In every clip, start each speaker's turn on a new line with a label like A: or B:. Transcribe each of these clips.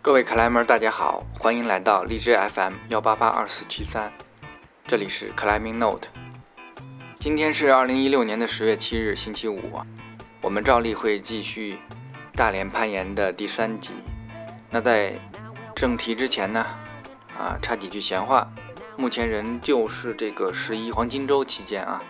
A: 各位克莱门，大家好，欢迎来到荔枝 FM 幺八八二四七三，这里是 Climbing Note。今天是二零一六年的十月七日，星期五，我们照例会继续大连攀岩的第三集。那在正题之前呢，啊，插几句闲话。目前仍旧是这个十一黄金周期间啊，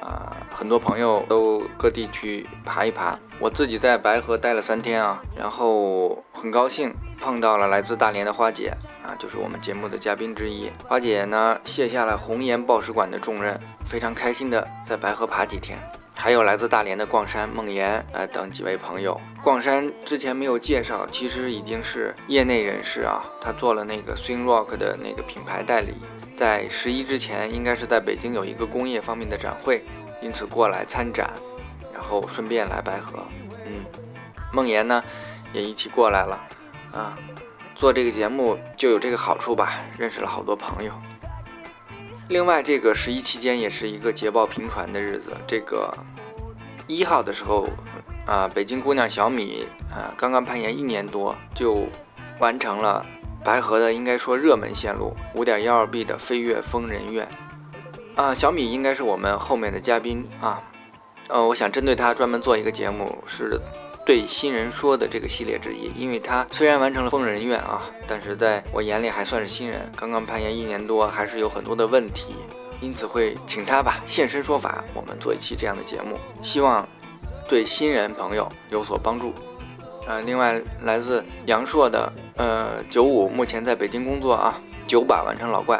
A: 啊，很多朋友都各地去爬一爬。我自己在白河待了三天啊，然后很高兴碰到了来自大连的花姐啊，就是我们节目的嘉宾之一。花姐呢卸下了红岩报石馆的重任，非常开心的在白河爬几天。还有来自大连的逛山、梦岩呃等几位朋友。逛山之前没有介绍，其实已经是业内人士啊，他做了那个 Swing Rock 的那个品牌代理，在十一之前应该是在北京有一个工业方面的展会，因此过来参展，然后顺便来白河。嗯，梦岩呢也一起过来了啊。做这个节目就有这个好处吧，认识了好多朋友。另外，这个十一期间也是一个捷报频传的日子。这个一号的时候，啊、北京姑娘小米啊、刚刚攀岩一年多，就完成了白河的应该说热门线路五点幺二 B 的飞跃疯人院。啊、小米应该是我们后面的嘉宾啊。呃，我想针对他专门做一个节目，是对新人说的这个系列之一，因为他虽然完成了疯人院啊，但是在我眼里还算是新人，刚刚攀岩一年多，还是有很多的问题，因此会请他吧现身说法，我们做一期这样的节目，希望对新人朋友有所帮助。呃，另外来自阳朔的呃九五目前在北京工作啊，九把完成老怪，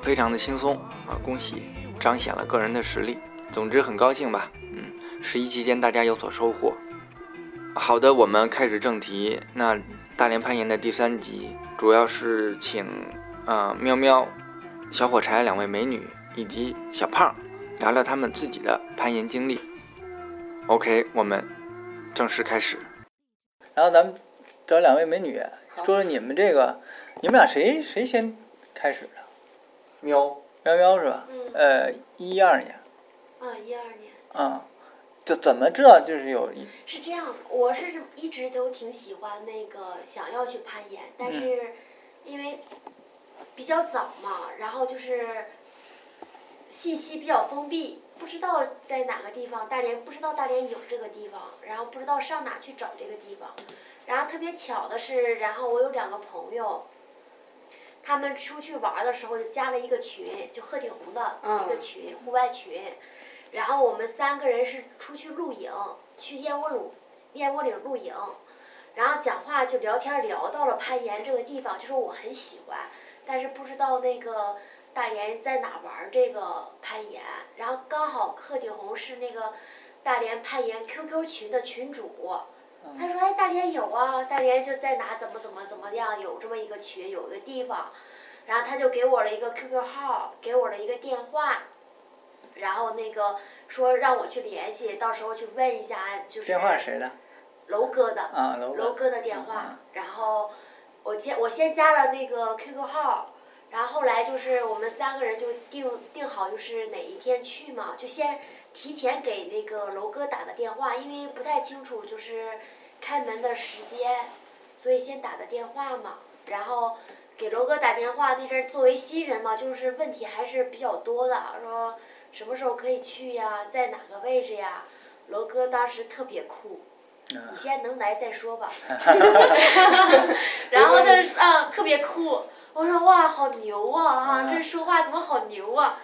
A: 非常的轻松啊、恭喜，彰显了个人的实力。总之很高兴吧，嗯，十一期间大家有所收获。好的，我们开始正题。那大连攀岩的第三集，主要是请呃喵喵、小火柴两位美女以及小胖聊聊他们自己的攀岩经历。OK，我们正式开始。然后咱们找两位美女
B: 好
A: 说说你们这个，你们俩谁谁先开始的？喵喵喵是吧？
B: 嗯
A: 呃，一二年，
B: 啊，一二年
A: 嗯，这怎么知道就是有一
B: 是这样，我是一直都挺喜欢那个想要去攀岩，
A: 嗯
B: 但是因为比较早嘛，然后就是信息比较封闭，不知道在哪个地方，大连不知道大连有这个地方，然后不知道上哪去找这个地方，然后特别巧的是，然后我有两个朋友。他们出去玩儿的时候就加了一个群，就鹤顶红的一个
C: 嗯
B: 群，户外群。然后我们三个人是出去露营，去燕窝岭燕窝岭露营，然后讲话就聊天聊到了攀岩这个地方，就说我很喜欢，但是不知道那个大连在哪玩儿这个攀岩，然后刚好克顶红是那个大连攀岩 QQ 群的群主。
A: 嗯
B: 他说：“哎，大连有啊，大连就在哪怎么怎么怎么样，有这么一个群，有一个地方。”然后他就给我了一个 QQ 号，给我了一个电话，然后那个说让我去联系，到时候去问一下，就是
A: 电话是谁的？
B: 楼哥的
A: 啊，楼
B: 楼哥的电
A: 嗯
B: 话，然后我先我先加了那个 QQ 号，然后后来就是我们三个人就定定好就是哪一天去嘛，就先提前给那个楼哥打的电话，因为不太清楚就是开门的时间，所以先打的电话嘛，然后。给楼哥打电话那阵儿，作为新人嘛，就是问题还是比较多的，说什么时候可以去呀，在哪个位置呀？楼哥当时特别酷，你先能来再说吧。然后他说啊，特别酷。我说哇，好牛啊！哈、
A: 嗯
B: 这说话怎么好牛啊？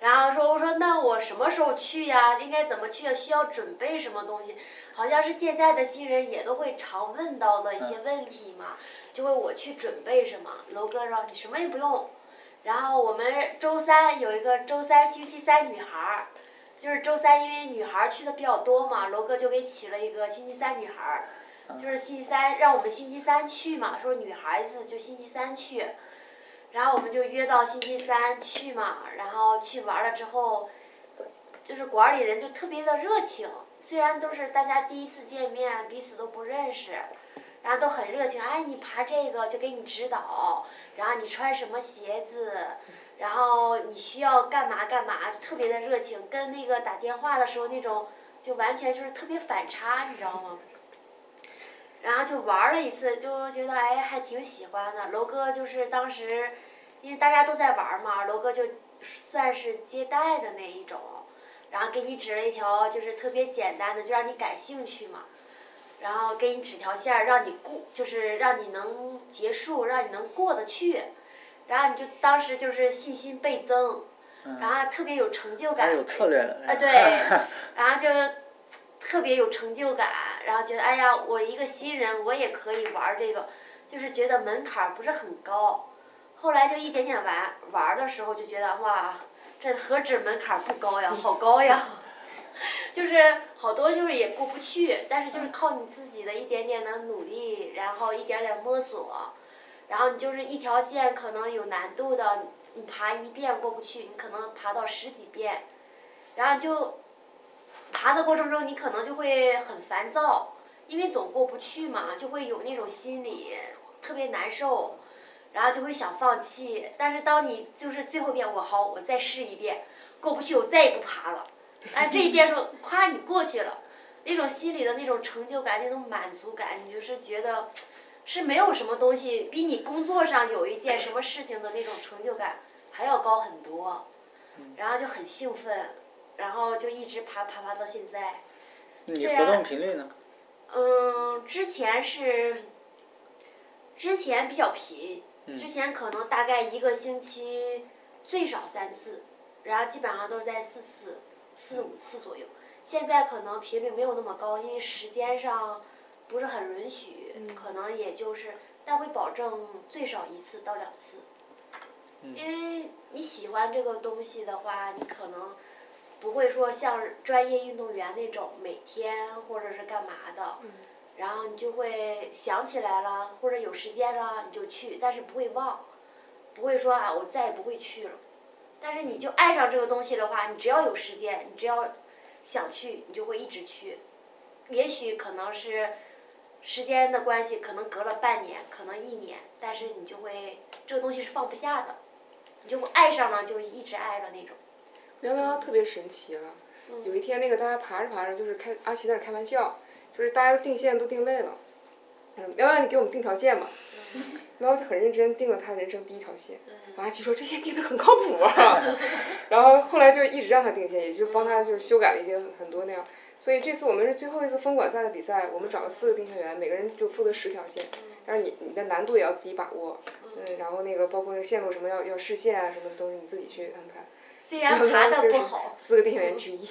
B: 然后说我说那我什么时候去呀？应该怎么去啊？需要准备什么东西？好像是现在的新人也都会常问到的一些问题嘛，就问我去准备什么。楼哥说你什么也不用。然后我们周三有一个周三星期三女孩儿，就是周三因为女孩儿去的比较多嘛，楼哥就给起了一个星期三女孩儿，就是星期三让我们星期三去嘛，说女孩子就星期三去，然后我们就约到星期三去嘛，然后去玩了之后，就是管理人就特别的热情，虽然都是大家第一次见面，彼此都不认识。然后都很热情，哎，你爬这个就给你指导，然后你穿什么鞋子，然后你需要干嘛干嘛，就特别的热情，跟那个打电话的时候那种就完全就是特别反差，你知道吗？然后就玩了一次，就觉得哎还挺喜欢的。楼哥就是当时，因为大家都在玩嘛，楼哥就算是接待的那一种，然后给你指了一条就是特别简单的，就让你感兴趣嘛。然后给你指条线儿，让你过，就是让你能结束，让你能过得去，然后你就当时就是信心倍增，然后特别有成就
C: 嗯还
B: 感，
C: 有策略了。
B: 啊对然后就特别有成就感，然后觉得哎呀，我一个新人，我也可以玩儿这个，就是觉得门槛儿不是很高。后来就一点点玩玩儿的时候，就觉得哇，这何止门槛儿不高呀，好高呀！ 就是好多就是也过不去，但是就是靠你自己的一点点的努力，然后一点点摸索，然后你就是一条线可能有难度的，你爬一遍过不去，你可能爬到十几遍，然后就爬的过程中，你可能就会很烦躁，因为总过不去嘛，就会有那种心理特别难受，然后就会想放弃。但是当你就是最后一遍，我好，我再试一遍，过不去，我再也不爬了。哎，这一遍说，夸你过去了，那种心里的那种成就感、那种满足感，你就是觉得是没有什么东西比你工作上有一件什么事情的那种成就感还要高很多，然后就很兴奋，然后就一直爬爬爬到现在。
C: 你活
B: 啊
C: 动频率呢？
B: 嗯，之前是，之前比较频，之前可能大概一个星期最少三次，然后基本上都是在四次、四五次左右。现在可能频率没有那么高，因为时间上不是很允许，可能也就是，但会保证最少一次到两次。因为你喜欢这个东西的话，你可能不会说像专业运动员那种每天或者是干嘛的，然后你就会想起来了，或者有时间了你就去，但是不会忘，不会说啊我再也不会去了。但是你就爱上这个东西的话，你只要有时间，你只要想去，你就会一直去。也许可能是时间的关系，可能隔了半年，可能一年，但是你就会这个东西是放不下的，你就爱上了，就一直爱了那种。
D: 苗苗特别神奇啊！有一天那个大家爬着爬着，就是开阿奇在那儿开玩笑，就是大家都定线都定累了，嗯，苗苗你给我们定条线吧。苗苗很认真定了他人生第一条线，阿奇说这线定的很靠谱啊。然后后来就一直让他定线，也就帮他就是修改了一些很多那样。所以这次我们是最后一次分管赛的比赛，我们找了四个定线员，每个人就负责十条线，但是你你的难度也要自己把握，嗯，然后那个包括那个线路什么要要试线啊什么的都是你自己去安排。
B: 虽然爬的不好，
D: 四个定线员之一。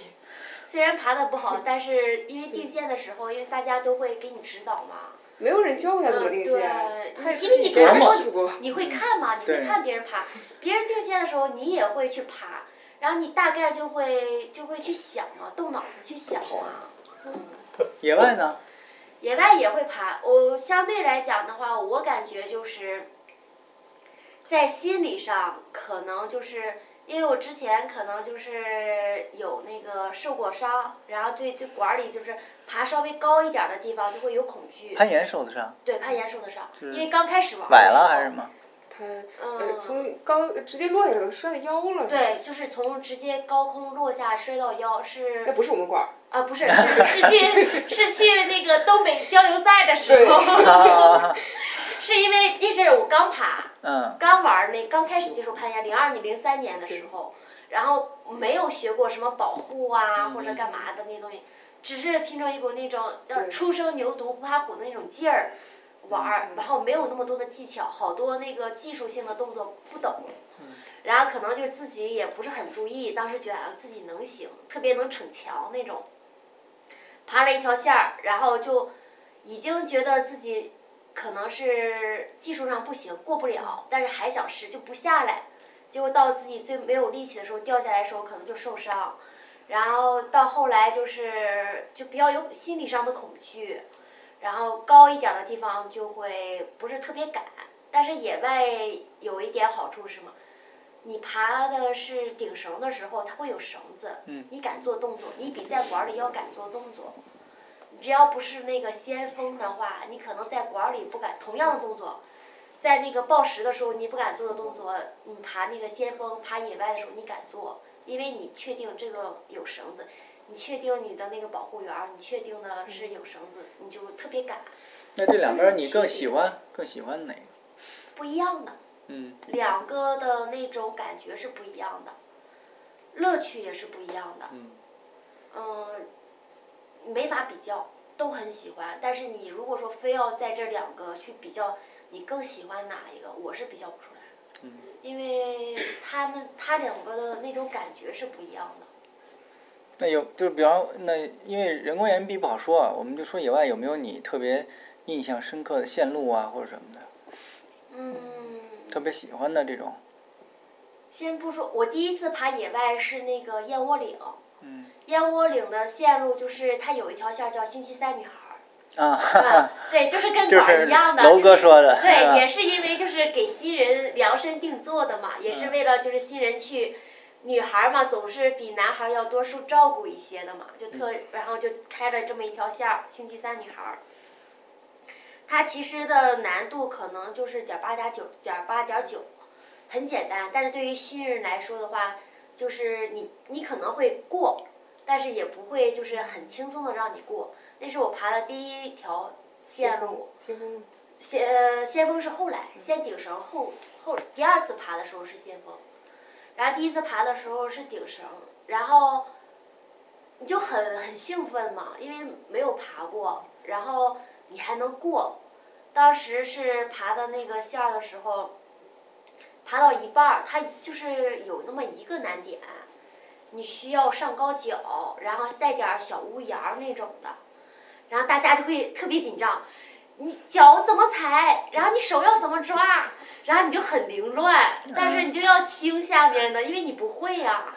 B: 虽然爬的不好，但是因为定线的时候，因为大家都会给你指导嘛，
D: 没有人教过他怎么定线，
B: 嗯对
D: 他也
B: 因为
D: 自己
B: 你
D: 没
C: 看
D: 试过。
B: 你会看嘛，你会看别人爬，别人定线的时候你也会去爬，然后你大概就会就会去想嘛，动脑子去想嘛。
C: 野外呢？
B: 野外也会爬。我相对来讲的话，我感觉就是在心理上，可能就是因为我之前可能就是有那个受过伤，然后对对管理就是爬稍微高一点的地方就会有恐惧，
C: 攀岩受的伤，
B: 对攀岩受的伤，因为刚开始玩
C: 崴
B: 的时
C: 了
B: 候
C: 还是什么？
D: 他
B: 嗯
D: 呃从高直接落下来了，摔到腰了。
B: 对，就是从直接高空落下摔到腰是
D: 那不是我们管儿，
B: 啊，不是是 是去是去那个东北交流赛的时候，
C: 啊，
B: 是因为那阵儿我刚爬，
C: 嗯，
B: 刚玩儿那刚开始接触攀岩，零二年、零三年的时候，然后没有学过什么保护啊或者干嘛的那些东西，只是凭着一股那种叫
D: 对
B: 初生牛犊不怕虎的那种劲儿玩儿，然后没有那么多的技巧，好多那个技术性的动作不懂。然后可能就是自己也不是很注意，当时觉得啊自己能行，特别能逞强那种。爬了一条线儿，然后就已经觉得自己可能是技术上不行，过不了，但是还想试，就不下来。结果到自己最没有力气的时候掉下来的时候，可能就受伤，然后到后来就是就比较有心理上的恐惧，然后高一点的地方就会不是特别敢。但是野外有一点好处是吗？你爬的是顶绳的时候，它会有绳子，你敢做动作，你比在馆里要敢做动作。你只要不是那个先锋的话，你可能在馆里不敢同样的动作，在那个报时的时候你不敢做的动作，你爬那个先锋爬野外的时候你敢做，因为你确定这个有绳子，你确定你的那个保护员儿，你确定的是有绳子，你就特别敢。
C: 那这两边儿你更喜欢更喜欢哪个？
B: 不一样的，
C: 嗯，
B: 两个的那种感觉是不一样的，乐趣也是不一样的。
C: 嗯
B: 嗯，没法比较，都很喜欢。但是你如果说非要在这两个去比较，你更喜欢哪一个？我是比较不出来的，
C: 嗯
B: 因为他们他两个的那种感觉是不一样的。
C: 那有就是比方那因为人工岩壁不好说啊，我们就说野外有没有你特别印象深刻的线路啊或者什么的，
B: 嗯，
C: 特别喜欢的这种，
B: 先不说，我第一次爬野外是那个燕窝岭，
C: 嗯
B: 燕窝岭的线路就是它有一条线儿叫星期三女孩儿。
C: 啊，
B: 啊，对，就是跟
C: 就
B: 馆
C: 是
B: 儿一样的，
C: 楼
B: 就
C: 哥
B: 是
C: 说的，是吧
B: 对，也是因为就是给新人量身定做的嘛，也是
C: 嗯
B: 为了就是新人去，女孩儿嘛总是比男孩儿要多受照顾一些的嘛，就特、
C: 嗯
B: 然后就开了这么一条线儿，星期三女孩儿。它其实的难度可能就是点八加九点八点九，很简单，但是对于新人来说的话，就是你你可能会过，但是也不会就是很轻松的让你过。那是我爬的第一条线路，
D: 先锋路，
B: 先呃先锋是后来，先顶绳后后第二次爬的时候是先锋，然后第一次爬的时候是顶绳，然后你就很很兴奋嘛，因为没有爬过，然后你还能过。当时是爬的那个线儿的时候，爬到一半儿，它就是有那么一个难点，你需要上高脚，然后带点儿小屋檐儿那种的，然后大家就会特别紧张。你脚怎么踩，然后你手要怎么抓，然后你就很凌乱，但是你就要听下面的，因为你不会呀、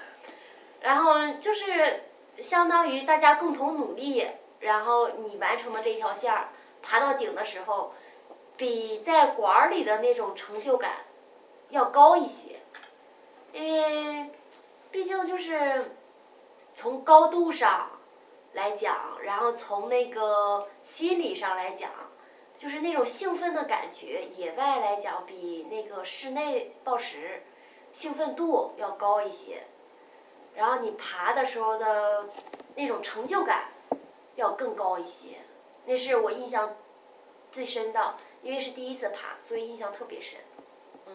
B: 然后就是相当于大家共同努力，然后你完成的这一条线儿，爬到顶的时候，比在馆儿里的那种成就感要高一些，因为毕竟就是从高度上来讲，然后从那个心理上来讲。就是那种兴奋的感觉，野外来讲比那个室内暴食兴奋度要高一些，然后你爬的时候的那种成就感要更高一些，那是我印象最深的，因为是第一次爬，所以印象特别深。嗯，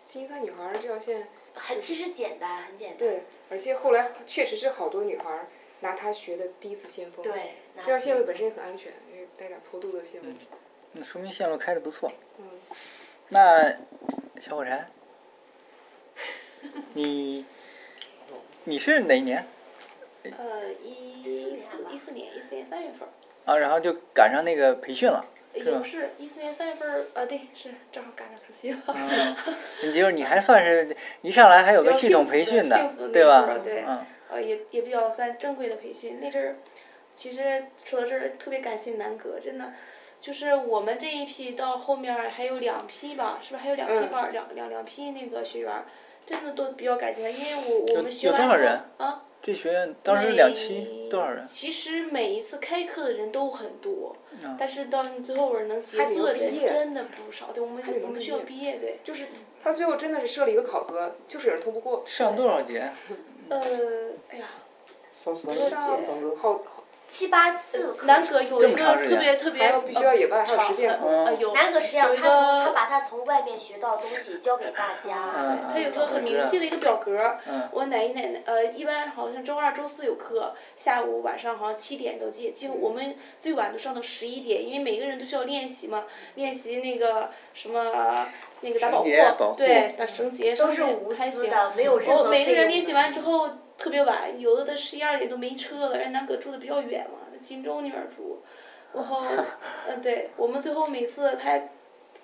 D: 星期三女孩儿这条线，
B: 很其实简单，很简单。
D: 对，而且后来确实是好多女孩儿拿它学的第一次先锋。，
B: 对，拿
D: 这条线路本身也很安全，也是带点坡度的线路。
C: 那说明线路开的不错。
D: 嗯，
C: 那小火柴，你你是哪一年
E: 呃，一四一四年，一四年三月份儿，
C: 啊？然后就赶上那个培训了，是
E: 也
C: 吧
E: 不？是一四年三月份儿，啊，对，是正好赶上培训了。
C: 嗯，你就是你还算是一上来还有个系统培训
E: 比较幸福的
C: 对
E: 幸福
C: 吧
E: 的？对
C: 嗯，
E: 呃，也也比较算正规的培训。那阵儿，其实说到这儿，特别感谢南哥，真的，就是我们这一批到后面儿还有两批吧，是不是还有两批
D: 嗯
E: 班儿、两两两批那个学员儿，真的都比较感谢他，因为我
C: 有
E: 我们学
C: 有
E: 完
C: 多少
E: 之后
C: 人
E: 啊？
C: 这学院当时两期多少人？
E: 其实每一次开课的人都很多，
C: 嗯
E: 但是到你最后人能结
D: 还得
E: 束的
D: 能毕
E: 人
D: 业
E: 真的不少。对，我们
D: 还得能
E: 我们
D: 毕
E: 学校
D: 业
E: 毕业对，
D: 就是他最后真的是设了一个考核，就是有人通不过，
C: 上多少节？啊
D: 嗯
E: 呃，哎呀，
D: 上好好
B: 七八次课
E: 南哥有
C: 这
E: 一
C: 么
E: 个
C: 长时
E: 特
C: 间哦
E: 别特别
D: 还要必须要野外还有实
B: 嗯
D: 践课，
E: 呃有
B: 南哥是这样，
E: 有一
B: 他从他
E: 个
B: 把他从外面学到的东西教给大家。
C: 嗯嗯
E: 他有个很明细的一个表格儿
C: 嗯，
E: 我奶一奶奶呃，一般好像周二、周四有课，下午、晚上好像七点都几几乎
C: 嗯
E: 我们最晚都上到十一点，因为每个人都需要练习嘛，练习那个什么那个打保
C: 绳结保
E: 护，
C: 护
E: 对，打绳结，
B: 都
E: 绳
B: 是
E: 结
B: 无
E: 还
B: 私
E: 行。
B: 的，没有任何
E: 我哦每个
B: 费
E: 人
B: 用
E: 练习
B: 的
E: 完之后特别晚，有的都十一二点都没车了，人南哥住的比较远嘛，在荆州那边住。然后，嗯，对我们最后每次他还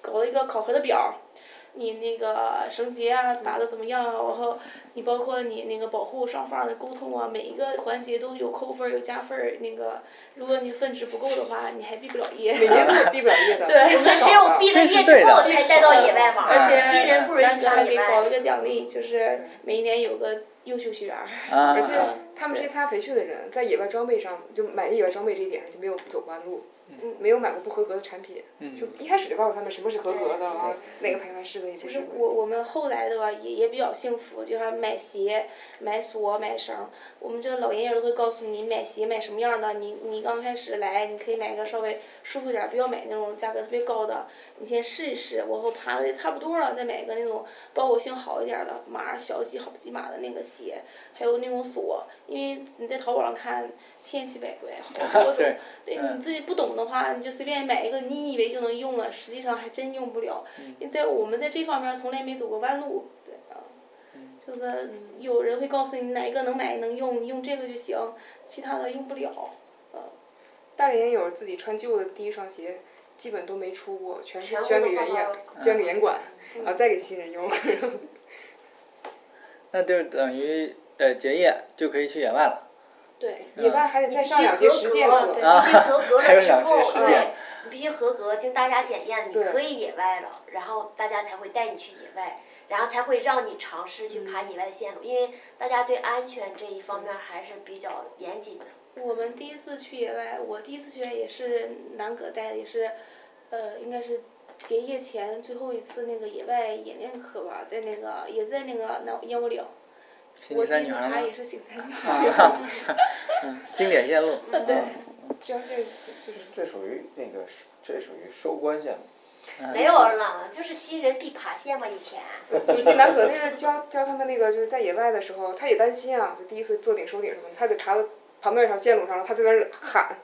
E: 搞了一个考核的表儿，你那个绳结啊打的怎么样啊，然后你包括你那个保护双方的沟通啊，每一个环节都有扣分儿有加分儿。那个如果你分值不够的话，你还毕不了 业。
D: 每年都有毕不了业的，
E: 对
D: 我
B: 我们只有毕了业之后才带到野外玩儿，
C: 而且
B: 新人不允
E: 南
B: 许
E: 哥还
B: 上
E: 给
B: 野
E: 搞了
B: 外。
E: 个奖励，就是每一年有个优秀学员儿。
C: 啊
D: 而且他们这些参加培训的人，在野外装备上，就买野外装备这一点上就没有走弯路，嗯，没有买过不合格的产品，就一开始就告诉他们什么是合格的啊，哪个牌牌适合你，不适合
E: 我
D: 你。
E: 我们后来的吧，也也比较幸福，就是买鞋、买锁、买绳，我们这老营业员都会告诉你买鞋买什么样的。你你刚开始来，你可以买一个稍微舒服点儿，不要买那种价格特别高的，你先试一试，往后爬的差不多了，再买一个那种包裹性好一点儿的码小几好几码的那个鞋，还有那种锁，因为你在淘宝上看千奇百怪，好多种
C: 对。
E: 对，
C: 嗯
E: 你自己不懂的话，你就随便买一个，你以为就能用了，实际上还真用不了。因为在我们在这方面从来没走过弯路，对啊，就是
D: 嗯
E: 有人会告诉你哪一个能买能用，你用这个就行，其他的用不了。
D: 大连也有自己穿旧的第一双鞋，基本都没出过，全是
B: 全部
D: 捐
B: 都
D: 给
B: 放
D: 原业
B: 到，嗯
D: 捐给严管，然后再给新人用。
C: 那就是等于呃结业就可以去野外了。
E: 对，
D: 野外还得再上两
B: 必
D: 节
B: 须
D: 实践
B: 合格对，
D: 课，
B: 必须合格
C: 啊 还有
B: 了之
C: 两
B: 后
C: 节，实
B: 对
C: 践，
B: 你必须合格，经大家检验，你
D: 对
B: 可以野外了，然后大家才会带你去野外，然后才会让你尝试去爬野外的线路，因为大家对安全这一方面还是比较严谨的。
E: 我们第一次去野外，我第一次去野外也是南葛带的，也是，呃，应该是结业前最后一次那个野外演练课吧，在那个也在那个南烟雾岭，
C: 星
E: 我
C: 期三
E: 第一
C: 女
E: 次
C: 孩
E: 爬也
C: 吗？
E: 是行山女
C: 啊
E: 孩。
C: 经典线路。
E: 对
C: 嗯
D: 这样现
F: 这属于那个，这属于收官项目。
C: 嗯
B: 没有了，就是新人必爬线嘛，以前。
D: 你进南葛那是教教他们那个，就是在野外的时候，他也担心啊，就第一次坐顶收顶什么的，他得爬到旁边一条线路上，然后他在那儿喊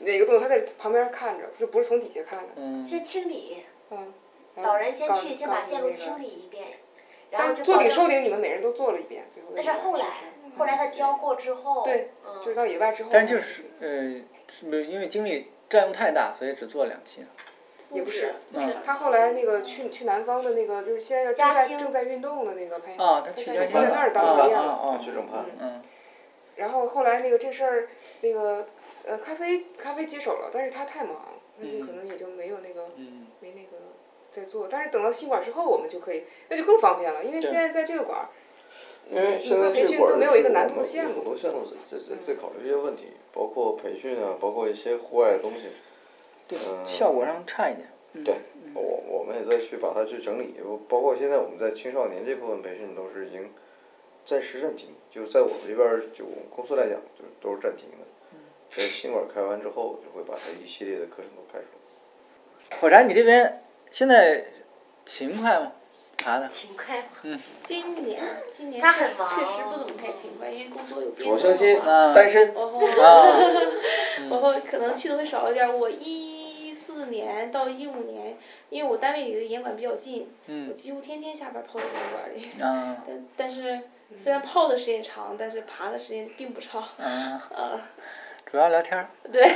D: 哪个动作，他在旁边看着，就不是从底下看着。
B: 先清理，
D: 嗯，然后
B: 老人先
D: 告
B: 去，先把线路清
D: 告诉那个
B: 理一遍，然
D: 但
B: 后
D: 是
B: 就
D: 坐
B: 保
D: 顶
B: 证
D: 收顶，你们每人都做了一遍，最后
B: 那
D: 在
B: 是
D: 野外
B: 后来
D: 是，
B: 后来他教过之后，
D: 对
B: 嗯
D: 不是就是到野外之后，
C: 但就是呃，是不是因为精力占用太大，所以只做两期了？
D: 也不是
E: 不是
D: 他后来那个去去南方的那个，就是现在正
B: 嘉
D: 在
B: 兴
D: 正在运动的那个潘，
C: 啊，他去
D: 在
C: 嘉兴
D: 他在
C: 了。
D: 那儿
C: 啊
D: 当教练了。
C: 啊啊！
F: 去正判，
C: 嗯，
D: 然后后来那个这事儿，那个呃咖啡咖啡接手了，但是他太忙，他就可能也就没有那个、没那个在做。但是等到新馆之后，我们就可以，那就更方便了，因为现在在这个馆儿，
F: 因为现在
D: 做培
F: 这
D: 训
F: 管
D: 都
F: 儿
D: 没有一个
F: 是
D: 难
F: 我
D: 度的
F: 们
D: 线
F: 有
D: 路
F: 很多线路在在在考虑这些问题，包括培训啊，包括一些户外的东西。
C: 对
F: 嗯，
C: 效果上差一点。
F: 对，我我们也在去把它去整理，包括现在我们在青少年这部分培训都是已经暂时暂停，就是在我们这边儿就公司来讲，就是都是暂停的。在新馆开完之后，就会把它一系列的课程都开出来。
C: 火柴，你这边现在勤快吗？爬的？
B: 勤快嘛。
E: 今年，今年
B: 他
E: 确
B: 很
E: 实
B: 忙
E: 确实不怎么太勤快，因为工作有变
F: 我
E: 动
F: 相信
E: 嘛。
C: 啊
F: 单身，
D: 哦
E: 然后，然后可能去的会少一点儿。我一四年到一五年，因为我单位离的严管比较近，我几乎天天下班泡在严管里。
C: 嗯
E: 但但是虽然泡的时间长，但是爬的时间并不长。
C: 嗯，
E: 呃，
C: 主要聊天儿，
E: 对，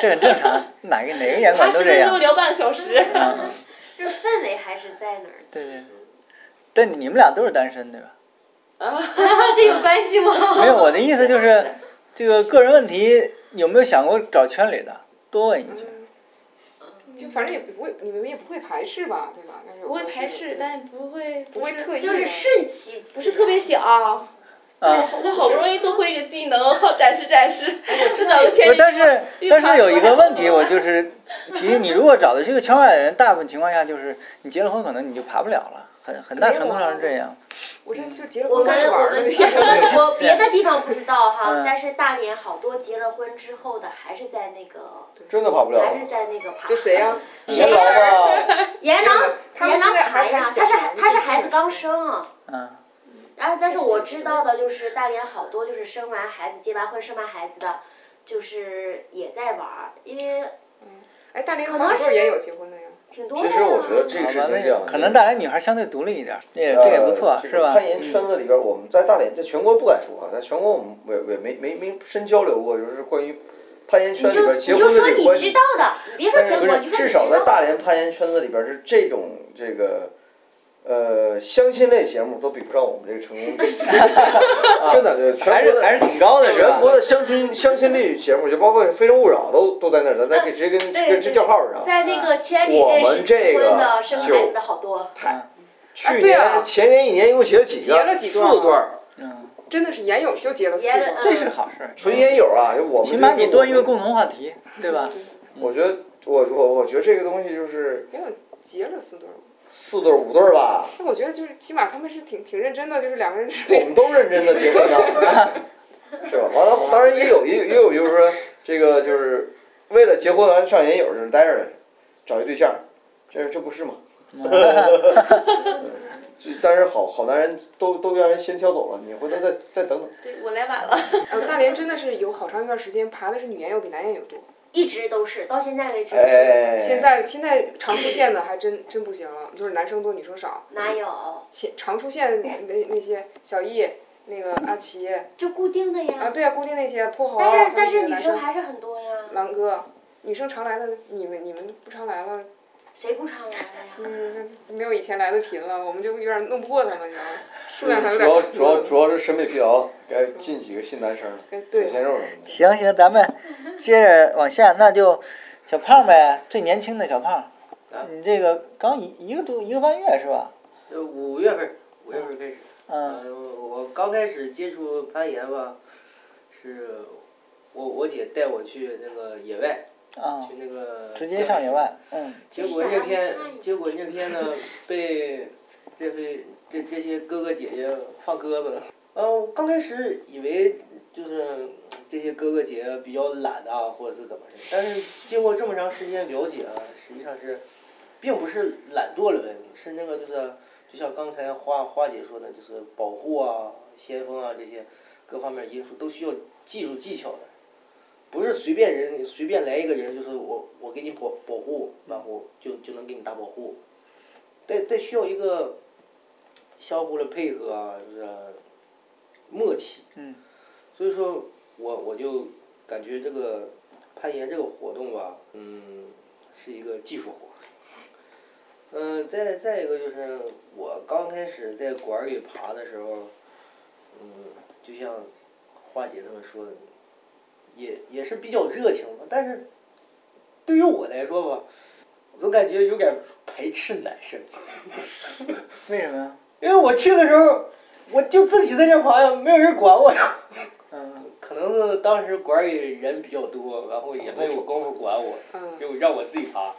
C: 这很正常。哪个哪个严
E: 爬
C: 管
E: 十
C: 都这
E: 分钟
C: 样。
E: 聊半个小时。
C: 嗯，，
B: 就是氛围还是在那儿
C: 对对。但你们俩都是单身对吧？
B: 这有关系吗？
C: 没有，我的意思就是，这个个人问题有没有想过找圈里的多问一句？
D: 嗯，
B: 嗯
D: 就反正也不会，你们也不会排斥吧，对吧？但是有
E: 不会
D: 的是
E: 排
D: 有
E: 斥，
D: 对
E: 但不会
D: 不
E: 不
D: 会
E: 是
D: 特意
B: 就
D: 的
B: 是顺其，不
E: 不是特别。想。就是哎
C: 啊
E: 好我好不容易多会一个技能， 好展示展示。是早就前
C: 不是，
E: 几
C: 但是
E: 预
C: 但
E: 判
C: 是有一
E: 出来
C: 个问题，
E: 了
C: 我就是提醒你，如果找的是一个圈外的人，大部分情况下就是你结了婚，可能你就爬不了了，很很大程度上是这样。
D: 我这就结了
B: 我
D: 婚
B: 们
D: 干着玩
B: 我
D: 儿的
B: 们
D: 那
B: 结了
D: 个。
B: 婚，我别的地方不知道哈
C: 嗯，
B: 但是大连好多结了婚之后的还是在那个，
F: 真的跑不了
B: 还是在那个爬。
D: 这谁呀、
B: 谁
F: 来
B: 呀？
F: 吧，
B: 严能，
D: 他们
B: 严
D: 现
B: 能
D: 在还
B: 爬呀，他
D: 还
B: 是
D: 小
B: 他是
D: 就
B: 孩
D: 是
B: 子刚生啊。
C: 嗯，
B: 然后，但是我知道的就是大连好多就是生完孩子、结完婚、生完孩子的，就是也在玩儿，因为
D: 哎，大连有好几对儿也有结婚的呀。
B: 挺多的
F: 其
B: 呀。
F: 实我觉得这个
C: 好
F: 事
C: 吧，
F: 情这样
C: 那，可能大连女孩相对独立一点，这也这也不错
F: 呃，就是
C: 吧？嗯
F: 攀岩圈子里边，我们在大连，在全国不敢说啊，在全国我们也也没没没深交流过，就是关于攀岩圈
B: 你
F: 里边
B: 就
F: 结
B: 你
F: 婚
B: 就
F: 的
B: 说
F: 这个
B: 你
F: 关
B: 知
F: 系
B: 道。的，你别说
F: 但是
B: 全
F: 不
B: 国，
F: 是
B: 你，说
F: 至
B: 你
F: 少
B: 知
F: 在
B: 道
F: 大
B: 的
F: 连攀岩圈子里边儿，是这种这个。呃，相亲类节目都比不上我们这个成 功比，真的，对全
C: 还
F: 国
C: 是还
F: 的
C: 是挺高的，是吧嗯
F: 全国的相亲相亲类节目，就包括《非诚勿扰》都都在那儿，咱咱可以直接跟
B: 啊对
F: 跟这叫号上。
B: 在那个圈里
F: 我
B: 认识
F: 们这
B: 结婚
F: 个
B: 的、生
F: 就
B: 孩子的好多。
F: 去
D: 啊对
F: 年、
D: 啊
F: 前年一年一共结了几个？
D: 结了几
F: 四
D: 段啊
F: 段儿，
C: 嗯，
D: 真的是研友就结了四
B: 研
D: 个
B: 了，
C: 这是好事儿，
F: 纯烟友啊！就我们
C: 起码
F: 这
C: 你多
F: 种
C: 一个共同话题，对吧？
F: 我觉得我我我觉得这个东西就是
D: 没有结了四对儿。
F: 四对儿五对 儿吧，
D: 但我觉得就是起码他们是挺挺认真的，就是两个人
B: 哦
D: 之
F: 我
D: 类
F: 们都认真的结婚 了，是吧？完了，当然也有也也有就是说这个就是为了结婚完上年友就是待着的，找一对象，这这不是 吗？这但是好好男人都都让人先挑走了，你回头再再等等。
E: 对我来晚了，
D: 呃，大连真的是有好长一段时间爬的是女研友比男研友多。
B: 一直都是到现在为止，
F: 哎，
D: 现在现在常出现的还真真不行了，就是男生多女生少。
B: 哪有
D: 前常出现那那那些小易、那个阿奇
B: 就固定的
D: 啊，
B: 呀？
D: 对啊，固定那些破猴，
B: 但是但
D: 还
B: 是
D: 有那些
B: 女
D: 男
B: 生
D: 生
B: 还是很多呀，
D: 狼哥，女生常来的，你们你们不常来了，
B: 谁不常来了呀？
D: 嗯，没有以前来的频了，我们就有点弄不过他们，你知道吗？数
F: 主
D: 量上有点
F: 要主要主要是审美疲劳，该进几个新男生，
D: 哎对
F: 小鲜肉什么的。
C: 行行，咱们接着往下，那就小胖呗，最年轻的小胖，
G: 啊
C: 你这个刚一一个多一个半月是吧？
G: 呃，五月份儿，五月份儿开始。
C: 嗯
G: 呃我我刚开始接触攀岩吧，是我我姐带我去那个野外，
C: 啊
G: 去，那个
C: 直接上野外，嗯
G: 结果那
B: 就是想
G: 天
B: 让我看，
G: 结果那天 呢，被这位这这些哥哥姐姐放鸽子了。呃，我刚开始以为就是嗯这些哥哥姐姐比较懒啊，或者是怎么的，但是经过这么长时间了解啊，实际上是，并不是懒惰的问题，是那个就是就像刚才花花姐说的，就是保护啊、先锋啊这些各方面因素都需要技术技巧的。不是随便人随便来一个人，就是我我给你保保护，然后就就能给你打保护，这这需要一个相互的配合啊，就是默契。
C: 嗯
G: 所以说我我就感觉这个攀岩这个活动吧，嗯，是一个技术活。嗯、再再一个就是我刚开始在馆儿里爬的时候，嗯，就像花姐他们说的，也也是比较热情吧，但是对于我来说吧，我总感觉有点排斥男生。
C: 为什么呀？
G: 因为我去的时候，我就自己在那爬呀，没有人管我呀。
C: 嗯，
G: 可能是当时馆里人比较多，然后也没有功夫管我，
D: 嗯，
G: 就让我自己爬。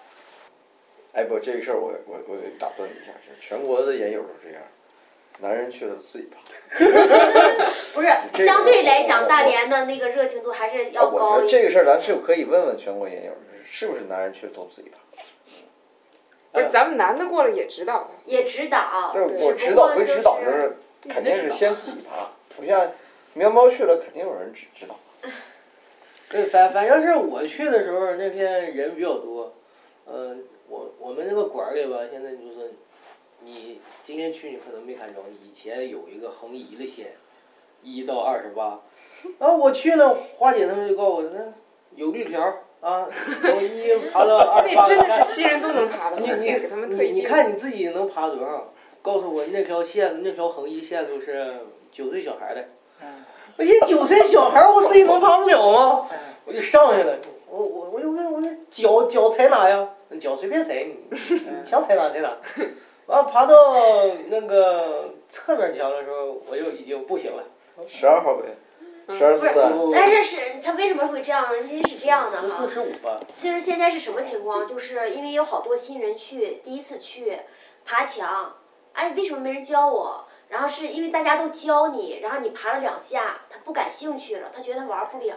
F: 哎不，这个事儿我我我得打断你一下，就是全国的研友都这样，男人去了自己爬。
B: 不是， 相对来讲，大连的那个热情度还是
F: 啊
B: 要
F: 我觉
B: 高
F: 得
B: 一
F: 这
B: 些。
F: 个事儿咱是可以问问全国研友，是不是男人去都自己爬？
D: 不是咱们男的过来也指导
B: 也指导，
F: 但是我
B: 哦只
F: 指
B: 不
F: 导
B: 过
F: 归指导，
B: 就
F: 就是肯定是先自己爬，不像喵喵去了肯定有人指指导。
G: 对，反反正是我去的时候，那天人比较多。嗯、我我们这个馆里吧，现在就是你今天去你可能没看着，以前有一个横移的线，一到二十八。然后我去了，花姐他们就告诉我，那有绿条儿啊，从一爬到 二
D: 那
G: 十八。
D: 真的是新人都能爬的，
G: 你
D: 而
G: 你
D: 且给他们
G: 你
D: 特意
G: 你看你自己能爬多少？告诉我那条线，那条横一线路是九岁小孩的。我一九岁小孩，我自己能爬不了吗？我就上去了，我我我就问我说脚脚踩哪呀？脚随便踩，你你想踩哪踩哪。完了爬到那个侧面墙的时候，我就已经不行了。
F: 十二号呗，十二四三，
G: 我
B: 但是哎是他为什么会这样？因为是这样的
G: 我
B: 哈
G: 四，十五吧，
B: 其实现在是什么情况？就是因为有好多新人去，第一次去爬墙，哎，为什么没人教我？然后是因为大家都教你，然后你爬了两下，他不感兴趣了，他觉得他玩不了，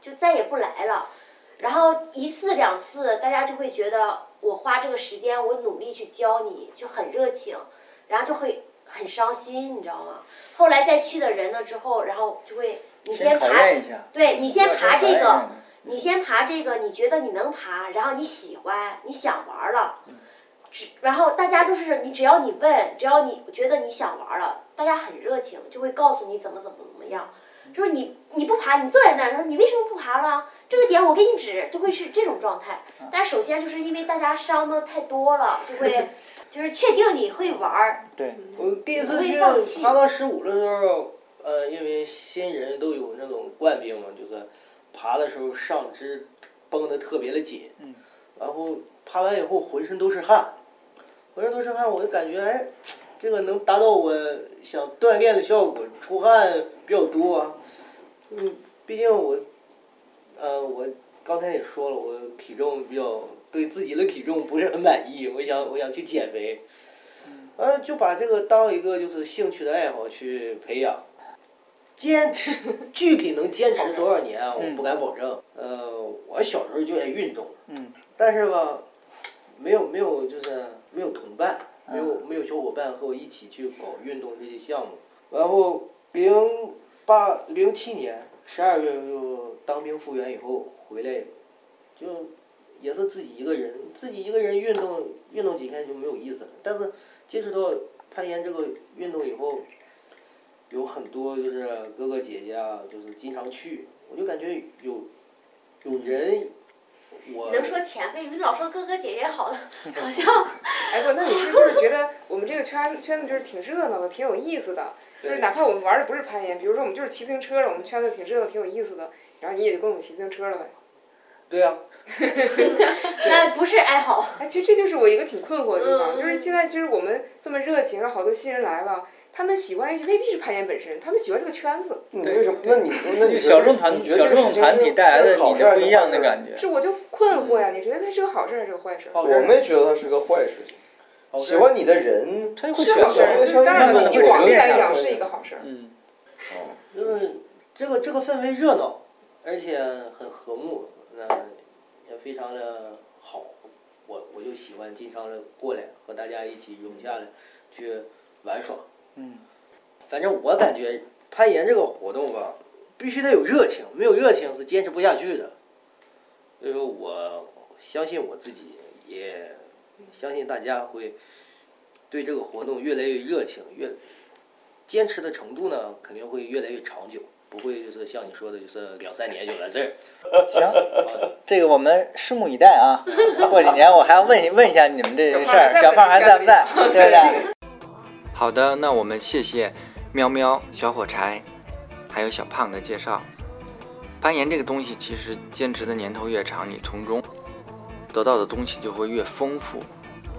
B: 就再也不来了。然后一次两次，大家就会觉得我花这个时间，我努力去教你，就很热情，然后就会很伤心，你知道吗？后来再去的人了之后，然后就会你
C: 先
B: 爬
C: 考，验一下，
B: 对你先爬
C: 要先考
B: 这个
C: 验，
B: 你先爬这个，你觉得你能爬，然后你喜欢，你想玩了，只然后大家都是你，只要你问，只要你觉得你想玩了，大家很热情，就会告诉你怎么怎么怎么样。就是你你不爬，你坐在那儿，他说你为什么不爬了？这个点我给你指，就会是这种状态。但首先就是因为大家伤的太多了，就会就是确定你会玩儿，
G: 我第一次去爬到十五的时候，呃，因为新人都有那种惯病嘛，就是爬的时候上肢绷得特别的紧，然后爬完以后浑身都是汗，浑身都是汗，我就感觉哎，这个能达到我想锻炼的效果，出汗比较多啊，嗯，毕竟我，呃，我刚才也说了，我体重比较对自己的体重不是很满意，我想我想去减肥，呃，就把这个当一个就是兴趣的爱好去培养，坚持具体能坚持多少年啊，我不敢保证。呃，我小时候就爱运动，
C: 嗯，
G: 但是吧，没有没有就是没有同伴，没有没有小伙伴和我一起去搞运动这些项目。然后零八零七年十二月就当兵复员以后回来，就也是自己一个人，自己一个人运动运动几天就没有意思了。但是接触到攀岩这个运动以后，有很多就是哥哥姐姐啊，就是经常去，我就感觉有有人，我
B: 能说前辈，你老说哥哥姐姐好的，好像
D: 哎不，那你是就是觉得我们这个圈圈子就是挺热闹的，挺有意思的。就是哪怕我们玩的不是攀岩，比如说我们就是骑自行车了，我们圈子挺热闹，挺有意思的。然后你也就跟我们骑自行车了呗。
G: 对呀、
B: 那不是爱 好。
D: 哎，其实这就是我一个挺困惑的地
B: 嗯
D: 方，就是现在其实我们这么热情，然后好多新人来了，他们喜欢未必是攀岩本身，他们喜欢这个圈子。
G: 嗯
F: 你为什么？那你说，那你觉得
C: 小众团
F: 你觉得
C: 小
F: 这个
C: 众
F: 事情
C: 团体带来的
F: 是好
C: 你
F: 事
C: 这
F: 还
C: 不
F: 是
C: 一样
F: 坏
C: 的
F: 事
C: 感觉。
D: 是我就困惑呀，你觉得它是个好事还是个坏事？
G: 好事
F: 我没觉得它是个坏事情。
G: 事
F: 喜欢你的人，
C: 他就会
D: 是
C: 选
D: 好事
C: 择
F: 这
D: 儿，
F: 个
D: 就
F: 圈
D: 是
F: 子
D: 当然
F: 慢慢
D: 了，
F: 地
D: 你
F: 会
D: 广义
F: 变
D: 来
F: 大
D: 讲
F: 会
D: 是一
F: 的
D: 个好事儿。
C: 嗯，
G: 就是这个这个氛围热闹，而且很和睦，那也非常的好。我我就喜欢经常的过来和大家一起涌下来去玩耍。
C: 嗯，
G: 反正我感觉攀岩这个活动吧，必须得有热情，没有热情是坚持不下去的。所以说，我相信我自己，也相信大家会对这个活动越来越热情，越坚持的程度呢，肯定会越来越长久，不会就是像你说的，就是两三年就完事儿。
C: 行，这个我们拭目以待啊。过几年我还要问一问一下你们这
D: 小
C: 事
D: 胖还
C: 儿，
D: 在
C: 小
D: 不
C: 胖还
D: 在
C: 在不在？
D: 对
C: 对不对？
A: 好的，那我们谢谢喵喵、小火柴，还有小胖的介绍。攀岩这个东西，其实坚持的年头越长，你从中得到的东西就会越丰富，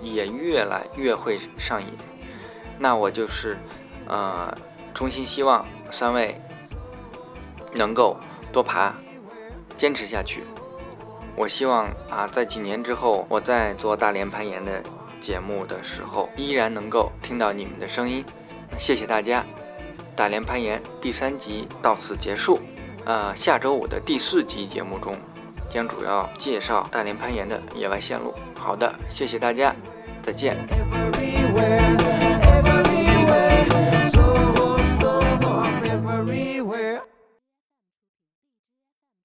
A: 也越来越会上瘾。那我就是，呃，衷心希望三位能够多爬，坚持下去。我希望啊，在几年之后，我在做大连攀岩的节目的时候，依然能够听到你们的声音。那谢谢大家，大连攀岩第三集到此结束。呃，下周五的第四集节目中，将主要介绍大连攀岩的野外线路。好的，谢谢大家，再见。
H: everywhere.